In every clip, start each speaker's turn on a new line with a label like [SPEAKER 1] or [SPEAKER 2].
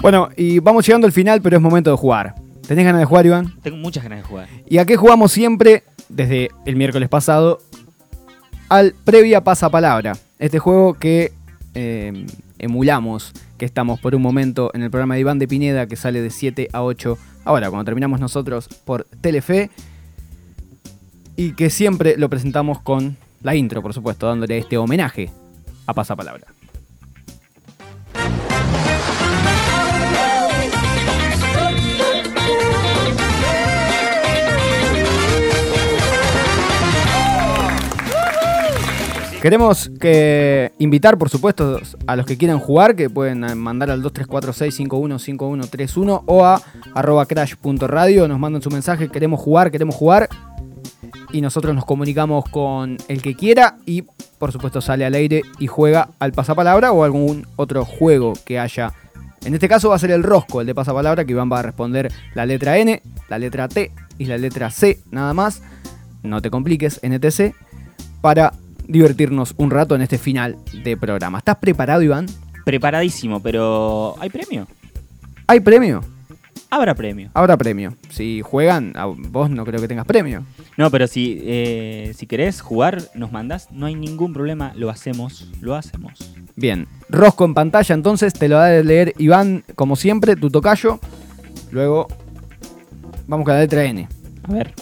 [SPEAKER 1] Bueno, y vamos llegando al final, pero es momento de jugar. ¿Tenés ganas de jugar, Iván?
[SPEAKER 2] Tengo muchas ganas de jugar.
[SPEAKER 1] ¿Y a qué jugamos siempre desde el miércoles pasado? Al previa pasapalabra. Este juego que eh, emulamos, que estamos por un momento en el programa de Iván de Pineda, que sale de 7 a 8. Ahora, cuando terminamos nosotros por Telefe. Y que siempre lo presentamos con la intro, por supuesto, dándole este homenaje a Pasapalabra. Queremos que invitar, por supuesto, a los que quieran jugar, que pueden eh, mandar al 2346515131 o a arroba crash.radio, nos mandan su mensaje, queremos jugar, queremos jugar. Y nosotros nos comunicamos con el que quiera y, por supuesto, sale al aire y juega al pasapalabra o algún otro juego que haya. En este caso va a ser el rosco, el de pasapalabra, que Iván va a responder la letra N, la letra T y la letra C, nada más. No te compliques, NTC, para divertirnos un rato en este final de programa. ¿Estás preparado, Iván?
[SPEAKER 2] Preparadísimo, pero ¿hay premio?
[SPEAKER 1] ¿Hay premio?
[SPEAKER 2] Habrá premio.
[SPEAKER 1] Habrá premio. Si juegan, a vos no creo que tengas premio.
[SPEAKER 2] No, pero si, eh, si querés jugar, nos mandás. No hay ningún problema, lo hacemos, lo hacemos.
[SPEAKER 1] Bien, Rosco en pantalla, entonces te lo va a leer Iván, como siempre, tu tocayo. Luego, vamos con la letra N.
[SPEAKER 2] A ver.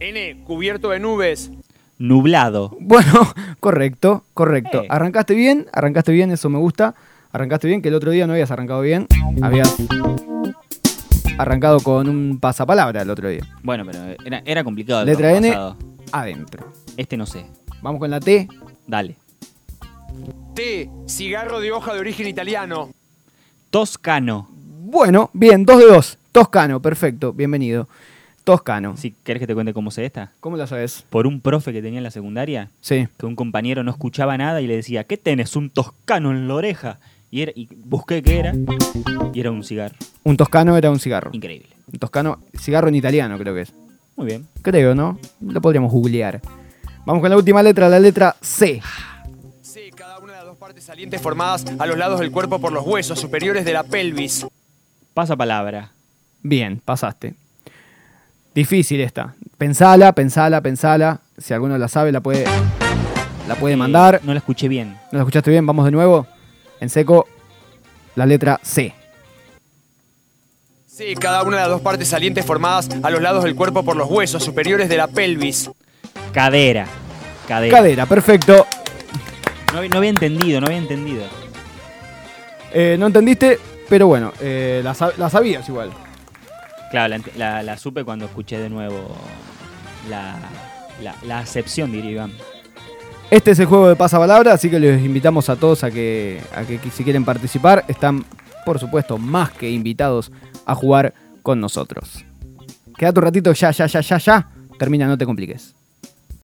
[SPEAKER 3] N, cubierto de nubes,
[SPEAKER 2] nublado.
[SPEAKER 1] Bueno, correcto, correcto.
[SPEAKER 2] Eh.
[SPEAKER 1] Arrancaste bien, arrancaste bien, eso me gusta. Arrancaste bien, que el otro día no habías arrancado bien. Habías arrancado con un pasapalabra el otro día.
[SPEAKER 2] Bueno, pero era, era complicado. el
[SPEAKER 1] Letra N,
[SPEAKER 2] pasado.
[SPEAKER 1] adentro.
[SPEAKER 2] Este no sé.
[SPEAKER 1] Vamos con la T.
[SPEAKER 2] Dale.
[SPEAKER 3] T, cigarro de hoja de origen italiano,
[SPEAKER 2] Toscano.
[SPEAKER 1] Bueno, bien, dos de dos. Toscano, perfecto, bienvenido. Toscano.
[SPEAKER 2] Si querés que te cuente cómo se esta.
[SPEAKER 1] ¿Cómo la sabes?
[SPEAKER 2] Por un profe que tenía en la secundaria,
[SPEAKER 1] Sí.
[SPEAKER 2] que un compañero no escuchaba nada y le decía, ¿qué tenés? Un toscano en la oreja. Y, era- y busqué qué era. Y era un cigarro.
[SPEAKER 1] Un toscano era un cigarro.
[SPEAKER 2] Increíble.
[SPEAKER 1] Un toscano, cigarro en italiano creo que es.
[SPEAKER 2] Muy bien.
[SPEAKER 1] Creo, ¿no? Lo podríamos googlear. Vamos con la última letra, la letra C.
[SPEAKER 3] C, cada una de las dos partes salientes formadas a los lados del cuerpo por los huesos superiores de la pelvis,
[SPEAKER 2] Pasa palabra.
[SPEAKER 1] Bien, pasaste. Difícil esta. Pensala, pensala, pensala. Si alguno la sabe, la puede, la puede
[SPEAKER 2] Eh,
[SPEAKER 1] mandar.
[SPEAKER 2] No la escuché bien.
[SPEAKER 1] ¿No la escuchaste bien? Vamos de nuevo. En seco, la letra C.
[SPEAKER 3] C, cada una de las dos partes salientes formadas a los lados del cuerpo por los huesos superiores de la pelvis,
[SPEAKER 2] Cadera. Cadera.
[SPEAKER 1] Cadera, perfecto.
[SPEAKER 2] No, había- no había entendido, no había entendido.
[SPEAKER 1] Eh, no entendiste, pero bueno, eh, la, sab- la sabías igual.
[SPEAKER 2] Claro, la, ent- la- la supe cuando escuché de nuevo la, la, la acepción, diría Iván.
[SPEAKER 1] Este es el juego de pasapalabra, así que los invitamos a todos a que, a que si quieren participar, están, por supuesto, más que invitados a jugar con nosotros. Quédate un ratito, ya, ya, ya, ya, ya. Termina, no te compliques.